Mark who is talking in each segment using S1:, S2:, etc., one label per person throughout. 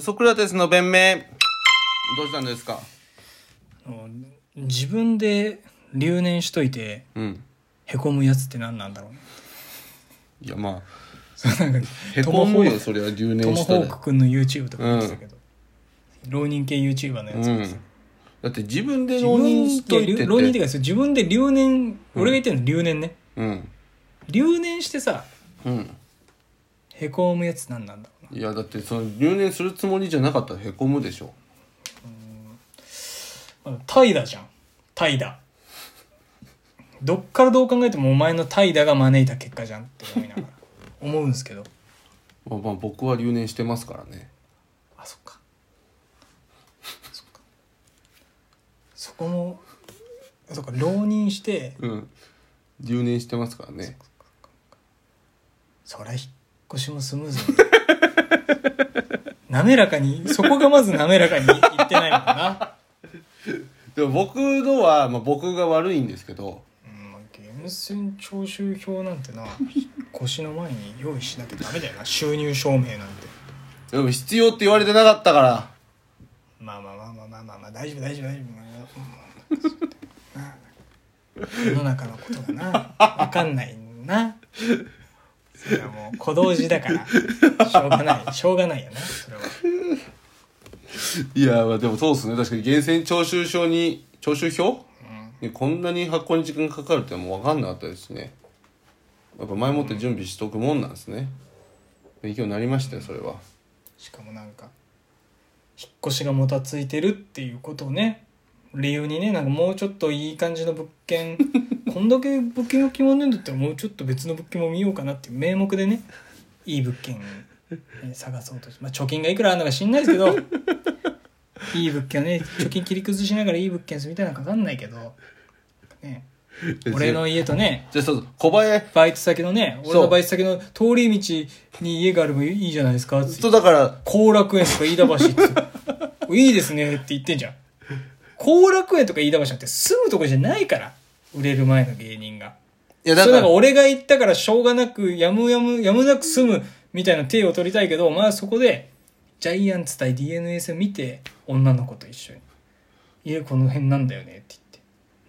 S1: ソクラテスの弁明どうしたんですか
S2: 自分で留年しといて
S1: うん
S2: へこむやつって何なんだろうね
S1: いやまあ
S2: そうなんか
S1: へ
S2: ト
S1: こ
S2: モホ
S1: むよ
S2: ー
S1: それは留
S2: ト
S1: 年
S2: モ
S1: し
S2: ホ
S1: た
S2: ー
S1: ら
S2: ク君の YouTube とか見てたけど、浪人系 YouTuber のやつ、
S1: うんだって自分で
S2: 自
S1: 浪人し
S2: 分
S1: と
S2: で
S1: いてって
S2: 浪人っていうかそう自分で留年俺が言ってるの留年ね、
S1: うん
S2: 留年してさ
S1: うん
S2: へこむやつ何なんだろうない
S1: やだってその留年するつもりじゃなかったらへこむでしょ
S2: まあ怠惰じゃん怠惰どっからどう考えてもお前の怠惰が招いた結果じゃんって思いながら思うんですけど
S1: まあ、まあ僕は留年してますからね
S2: あそっかそっかそこもそっか浪人して
S1: うん留年してますからね
S2: そりゃ引っ越しもスムーズに滑らかにそこがまず滑らかにいってないもんな、
S1: でも僕のは、まあ、僕が悪いんですけど
S2: うんまあ、源泉徴収票なんてな腰の前に用意しなきゃダメだよな収入証明なんて
S1: でも必要って言われてなかったから
S2: まあまあまあまあまあまあ、まあ、大丈夫大丈夫大丈夫世の中のことがな分かんないなそれはもう小同時だからしょうがないしょうがないよなそれはい
S1: やまあでもそうですね確かに源泉徴収票に徴収票、にこんなに発行に時間かかるってのはもう分かんなかったですしねやっぱ前もって準備しとくもんなんですね勉強になりましたよそれは
S2: しかもなんか引っ越しがもたついてるっていうことをね理由にねなんかもうちょっといい感じの物件こんだけ物件が決まんねえんだったらもうちょっと別の物件も見ようかなっていう名目でねいい物件えー探そうとして、まあ、貯金がいくらあるのか知んないですけどいい物件をね貯金切り崩しながらいい物件住みたいなのか分かんないけど、ね、俺の家とね
S1: じゃあそうそう小林
S2: バイト先のね俺のバイト先の通り道に家があればいいじゃないですかって言って
S1: とだから
S2: 後楽園とか飯田橋っていいですねって言ってんじゃん後楽園とか飯田橋なんて住むとこじゃないから売れる前の芸人が
S1: いや
S2: そ
S1: だか
S2: れなん
S1: ら
S2: か俺が行ったからしょうがなくやむやむやむなく住むみたいな手を取りたいけどお前はそこでジャイアンツ対 d n a 戦見て女の子と一緒に「家この辺なんだよね」って言って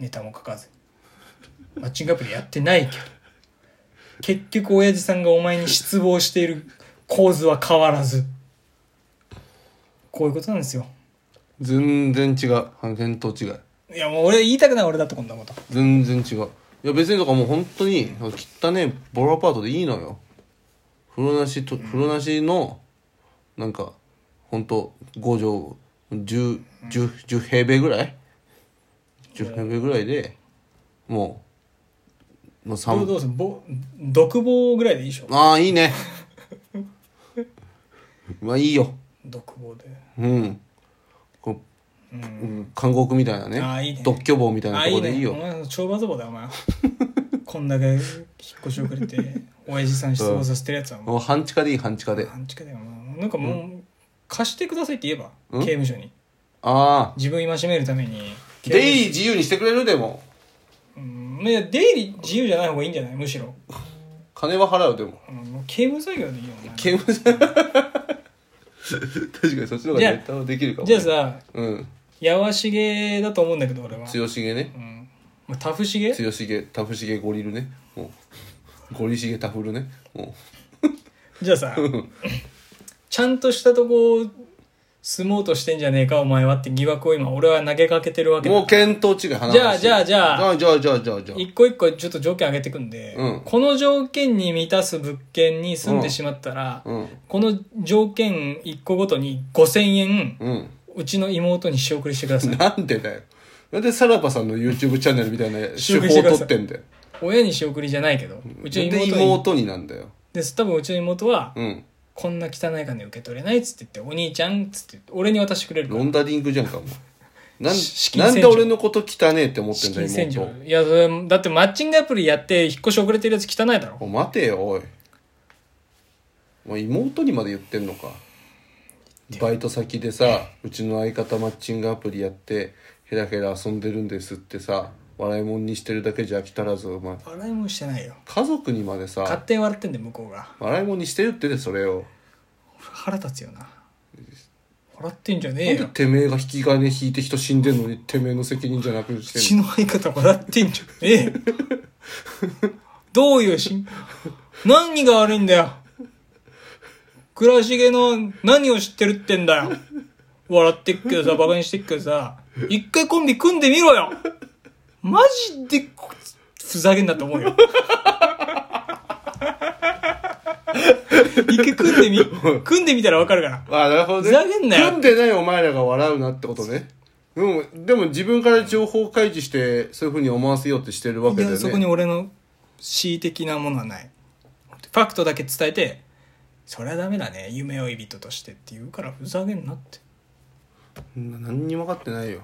S2: ネタも書かずにマッチングアプリやってないけど結局親父さんがお前に失望している構図は変わらずこういうことなんですよ
S1: 全然違う半見当違い
S2: いやもう俺言いたくない俺だってこんなこと
S1: 全然違ういや別にとかもう本当に汚ねボロアパートでいいのよ風呂なしと風呂なしのなんか本当五5畳10 10 10平米ぐらい10平米ぐらいでもうもう
S2: これど
S1: 3
S2: うするぼ独房ぐらいでいいでしょ
S1: ああいいね まあいいよ
S2: 独房で
S1: うんこう、うん、監獄みたいなね
S2: あーいいね
S1: 独居房みたいな
S2: あ
S1: と
S2: い
S1: こ
S2: い
S1: で
S2: ね
S1: いいよ
S2: お前の懲罰房だよ お前こんだけ引っ越し遅れて親父さん失望させてるやつはも
S1: もう半地下でいい半地下で
S2: う半地下だよもうなんかもう、貸してくださいって言えば
S1: うん
S2: 刑務所に
S1: ああ
S2: 自分を戒めるために刑務
S1: 出入り自由にしてくれるでも
S2: うんいや出入り自由じゃない方がいいんじゃないむしろ、
S1: 金は払うでも
S2: うんもう刑務作業でいいよお前
S1: 刑務所 確かにそっちの方がネタはできるかも
S2: じゃあさ
S1: うん
S2: やわしげだと思うんだけど俺は、
S1: 強しげね
S2: うんまあ、タフしげ
S1: 強しげタフしげゴリルねもうゴリしげタフルねも
S2: じゃ あさちゃんとしたとこ住もうとしてんじゃねえかお前はって疑惑を今俺は投げかけてるわ
S1: う
S2: けだ
S1: もう見当違い話
S2: じゃあじゃあじゃあ
S1: あじゃあじゃあじゃあじゃあ
S2: 一個一個ちょっと条件上げていくんで、
S1: うん
S2: この条件に満たす物件に住んでしまったら、
S1: うん
S2: この条件一個ごとに5000円、
S1: うん
S2: うちの妹に仕送りしてください
S1: なんでだよなんでさらばさんの YouTube チャンネルみたいな手
S2: 収録
S1: 法
S2: して
S1: を
S2: く
S1: 取
S2: ださい
S1: ってんだよ
S2: 親に仕送りじゃないけどうちの
S1: なん
S2: 妹
S1: で
S2: に
S1: 妹になんだよ
S2: です多分うちの妹は、
S1: うん
S2: こんな汚い金受け取れないっつって言ってお兄ちゃんっつって俺に渡してくれるから
S1: ロンダリングじゃんかもうなん
S2: 資金
S1: な
S2: 洗
S1: ん
S2: 浄
S1: で俺のこと汚ねえって思って
S2: 資
S1: んだ
S2: 金
S1: よ
S2: 洗浄
S1: 妹
S2: いやそれだってマッチングアプリやって引っ越し遅れてるやつ汚いだろ
S1: お待てよおいお前妹にまで言ってんのかバイト先でさうちの相方マッチングアプリやってヘラヘラ遊んでるんですってさ笑いもんにしてるだけじゃ飽き足らずお前
S2: 笑いもしてないよ
S1: 家族にまで
S2: 勝
S1: さ
S2: 手に笑ってんだよ向こうが
S1: 笑いもんにしてるってでそれを
S2: 腹立つよな払ってんじゃね
S1: な
S2: え
S1: んで
S2: よ
S1: てめえが引き金引いて人死んでんのにてめえの責任じゃなくし
S2: う
S1: て
S2: ち
S1: んの
S2: の相方払ってんじゃね えよどういうしん何が悪いんだよ倉重の何を知ってるってんだよ笑ってっけどさバカにしてっけどさ一回コンビ組んでみろよマジでこふざけんなと思 うよ一回組んでみ組んでみたらわかるから
S1: ああなるほどね
S2: ふざけんなよ
S1: 組んでないお前らが笑うなってことねでもでも自分から情報開示してそういうふうに思わせようってしてるわけだ
S2: い
S1: よ
S2: や
S1: ね
S2: そこに俺の恣意的なものはないファクトだけ伝えてそれはダメだね夢追い人としてって言うからふざけんなって
S1: そんな何にも分かってないよ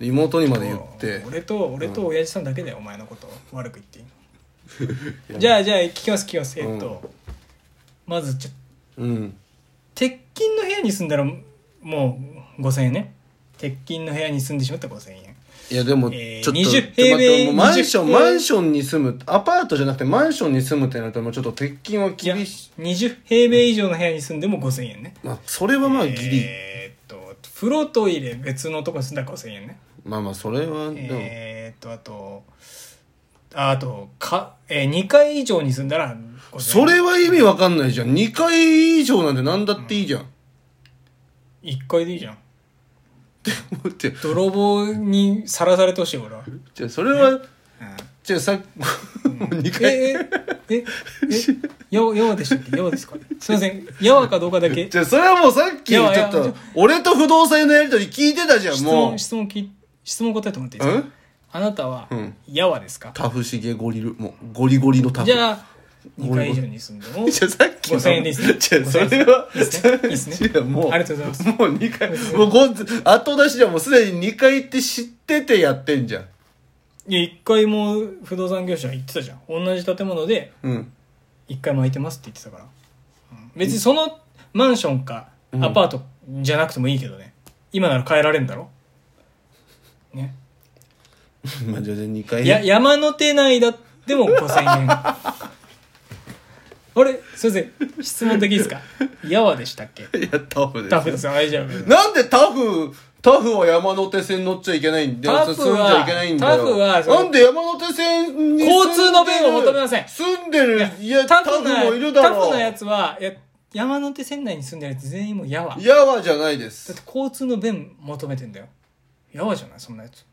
S1: 妹にまで言って
S2: 俺と俺と親父さんだけだよ、お前のこと悪く言っていい
S1: い
S2: の
S1: や
S2: じゃあじゃあ聞きます聞きますえっと、まずちょ
S1: うん
S2: 鉄筋の部屋に住んだらもう5000円ね鉄筋の部屋に住んでしまったら5000円
S1: いやでも、
S2: えー
S1: ちょっと、
S2: 20
S1: ちょっと待って
S2: 平米
S1: もうマンショ
S2: 20
S1: ン、マンションに住む、アパートじゃなくてマンションに住むってなると、もうちょっと鉄筋はい
S2: や
S1: 厳しい。
S2: 20平米以上の部屋に住んでも5000円ね
S1: まあ、それはまあギリ。
S2: えーっと風呂トイレ別のとこに住んだら5000円ね
S1: まあまあ、それは、でも、
S2: えーっとあとああとか、えー、2階以上に住んだら5000円
S1: それは意味わかんないじゃん。2階以上なんて何だっていいじゃん。
S2: 1階でいいじゃん
S1: 待って、
S2: 泥棒にさらされてほしい俺は、うん、
S1: じゃあそれは、じゃあさ、2
S2: え
S1: 階。
S2: えええややわでしたっけやわですかすいませんやわかどうかだ け
S1: じゃあそれはもうさっき、
S2: い
S1: ちょ
S2: やい
S1: っ
S2: やち
S1: と
S2: ょ、
S1: 俺と不動産屋のやりとり聞いてたじゃん、
S2: 質
S1: もう
S2: 問。質問き質問答えてもらっていいです
S1: う
S2: か
S1: ん
S2: あなたは
S1: うん
S2: やわですか、
S1: タフシゲゴリル、もう、ゴリゴリのタフ。
S2: じゃあ
S1: ごめん
S2: 2階以上に住んで も
S1: じゃあさっきの。
S2: 5000円です ね
S1: じゃあそれは、
S2: いいですねいいですね
S1: いやもう、
S2: ありがとうございます
S1: もう2回、もうご、後出しじゃもうすでに2回って知っててやってんじゃん。
S2: いや、一回も不動産業者は言ってたじゃん。同じ建物で、
S1: うん。
S2: 一回も空いてますって言ってたから。うん別にそのマンションか、
S1: うん
S2: アパートじゃなくてもいいけどね。今なら変えられんだろね。
S1: まあ、じゃあ2回。
S2: や、山手内だっても5000円。あれすいません。質問できいいですかやわでしたっけ
S1: いや、タフです。
S2: タフですよ。大丈夫です。
S1: なんでタフ、タフは山手線乗っちゃいけないんだよ。
S2: タフは
S1: 住んじゃいけないんだよ。
S2: タフはその
S1: なんで山手線に
S2: 交通の便を求めません
S1: 住んでる、いや、タ
S2: タ
S1: フ
S2: フな、
S1: もいるだろう。
S2: タフなやつは、いや山手線内に住んでるやつ全員もうやわ。
S1: やわじゃないで
S2: だっ
S1: す。
S2: て交通の便求めてんだよやばいじゃないそんなやつ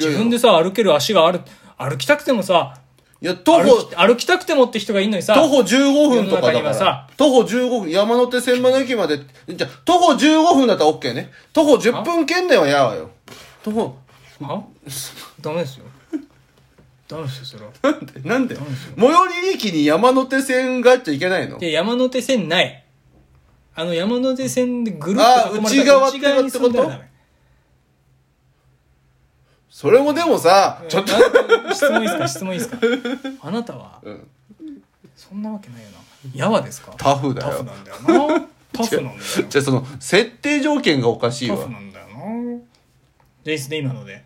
S1: いやいや
S2: 自分でさ歩ける足がある歩きたくてもさ
S1: いや、徒歩
S2: 歩き、歩きたくてもって人がいんのにさ
S1: 徒歩15分とかだ
S2: 世の中に
S1: か
S2: は
S1: ら
S2: さ。
S1: 徒歩15分、山手線場の駅まで、じゃあ、徒歩15分だったら OK ね。徒歩10分圏内はやわよ。徒歩、
S2: あダメですよダメですよそれは
S1: なんで、なんで最寄り駅に山手線があっちゃいけないの
S2: で山手線ないあの山手線でぐるっ
S1: あ
S2: と囲まれ
S1: 内側
S2: た
S1: って
S2: 内側に住んだらダメ
S1: それもでもさ、ちょっと、
S2: あ質問いいですか質問いいですかあなたは
S1: うん
S2: そんなわけないよなやわですか
S1: タフだ
S2: タフ
S1: よ
S2: な。んだよなタフ なんだよ
S1: じゃあその、設定条件がおかしい
S2: タ
S1: わ。
S2: フなんだよなじゃあいいっすね今ので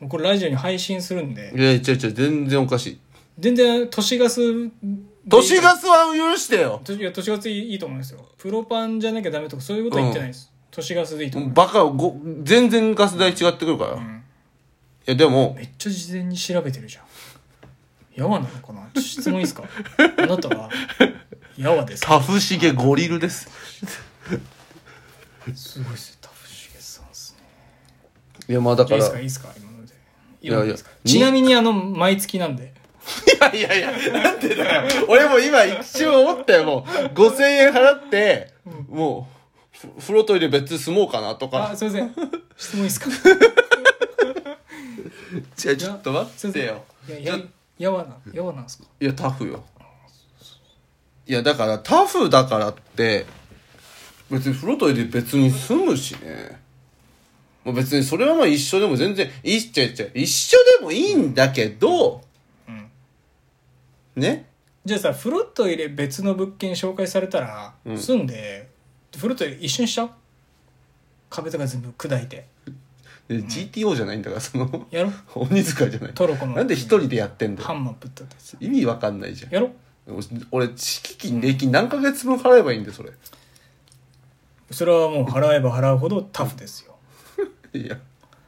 S2: もうこれラジオに配信するんで
S1: いや、違う違う、全然おかしい。
S2: 全然都市ガス
S1: 都市ガスは許してよ。
S2: スいや都市ガスいいと思いますよプロパンじゃなきゃダメとかそういうことは言ってないです、都市ガスでいいと思いま
S1: バカ、ご、全然ガス代違ってくるから。い
S2: ん
S1: や、でも
S2: す、めっちゃ事前に調べてるじゃんやわなのかな質問いいっ すかあなたはやわですか
S1: タフシゲゴリルです。
S2: すごいっすねタフシゲさんっすね
S1: いや、まあだ
S2: い
S1: か
S2: いっ
S1: ら
S2: す。かいいっすか今ので
S1: やいや
S2: いいですかちなみにあの毎月なんで
S1: いやいやいや、なんでだよ。俺も今一瞬思ったよ、もう。5000円払って、もう、ふ風呂トイレ別に住もうかなと
S2: あ
S1: か。
S2: すいません質問いいっ すか
S1: じゃあちょっと待ってよ。
S2: いやややわなやわなんですか
S1: いや、タフよ。いや、だから、タフだからって、別に風呂トイレ別に住むしね。まあ、別にそれはまあ一緒でも全然、いっちゃいっちゃ、一緒でもいいんだけど、
S2: うん
S1: ね
S2: じゃあさ風呂トイレ別の物件紹介されたら、
S1: うん
S2: 住んで風呂トイレ一緒にしちゃう壁とか全部砕いて
S1: で ?GTO じゃないんだから、その、
S2: やろ
S1: 鬼塚じゃない。
S2: トロコの
S1: なんで一人でやってんだよ
S2: ハ。ンマーぶったってさ
S1: 意味わかんないじゃん
S2: やろ
S1: 俺俺敷金礼金何ヶ月分払えばいいんだよそれ
S2: それはもう払えば払うほどタフですよ
S1: いや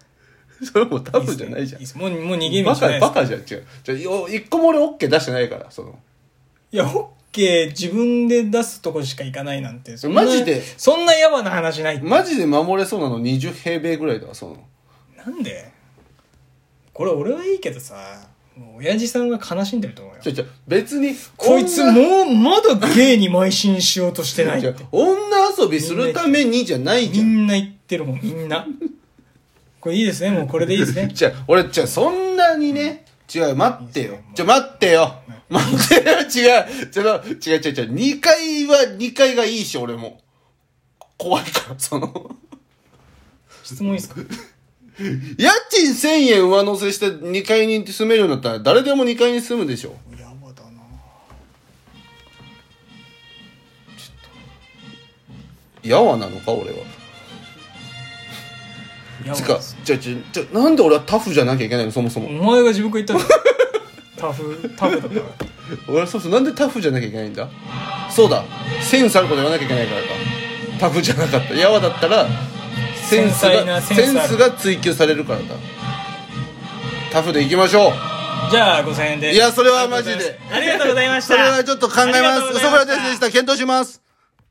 S1: それもうタフじゃないじゃん
S2: いいっすねいいっすもうもう逃げ道
S1: バ
S2: じゃない
S1: カ
S2: です
S1: バカじゃん違うじゃあよ一個も俺 OK 出してないからその
S2: いやホッケー自分で出すとこしか行かないなんてそんな
S1: マジで
S2: そんな野蛮な話ないって
S1: マジで守れそうなの20平米ぐらいだわその
S2: なんでこれ俺はいいけどさもう親父さんが悲しんでると思うよ
S1: じゃじゃ別に
S2: こいつ
S1: 女
S2: もうまだ芸に邁進しようとしてない
S1: 違
S2: っ
S1: う
S2: て
S1: 女遊びするためにじゃない
S2: み
S1: じゃん
S2: んな言ってるもんみんなこれいいですねもうこれでいいですね
S1: じゃ俺じゃそんなにね違う待ってよじゃ待ってよ待ってよ違う違う違う違う違う2階は2階がいいし俺も怖いからその
S2: 質問いいですか
S1: 家賃1000円上乗せして2階に住めるようになったら誰でも2階に住むでしょ
S2: やばだな
S1: やわなのか俺は
S2: やば
S1: つか
S2: です
S1: じゃじゃじゃなんで俺はタフじゃなきゃいけないのそもそ
S2: お
S1: も
S2: 前が自分から言ったんだタフタフだから
S1: 俺はそうそうなんでタフじゃなきゃいけないんだそうだセンスあること言わなきゃいけないからかタフじゃなかったやわだったらセンス
S2: 繊細な
S1: が
S2: センスあ
S1: セ
S2: る
S1: ンスが追求されるからだタフでいきましょう
S2: じゃあ5000円で
S1: いやそれはマジで
S2: ありがとうございました
S1: それはちょっと考え
S2: あり
S1: ま
S2: がとう
S1: す
S2: ござ
S1: ソ
S2: い
S1: ク
S2: ま
S1: ラ
S2: した
S1: テスでした検討します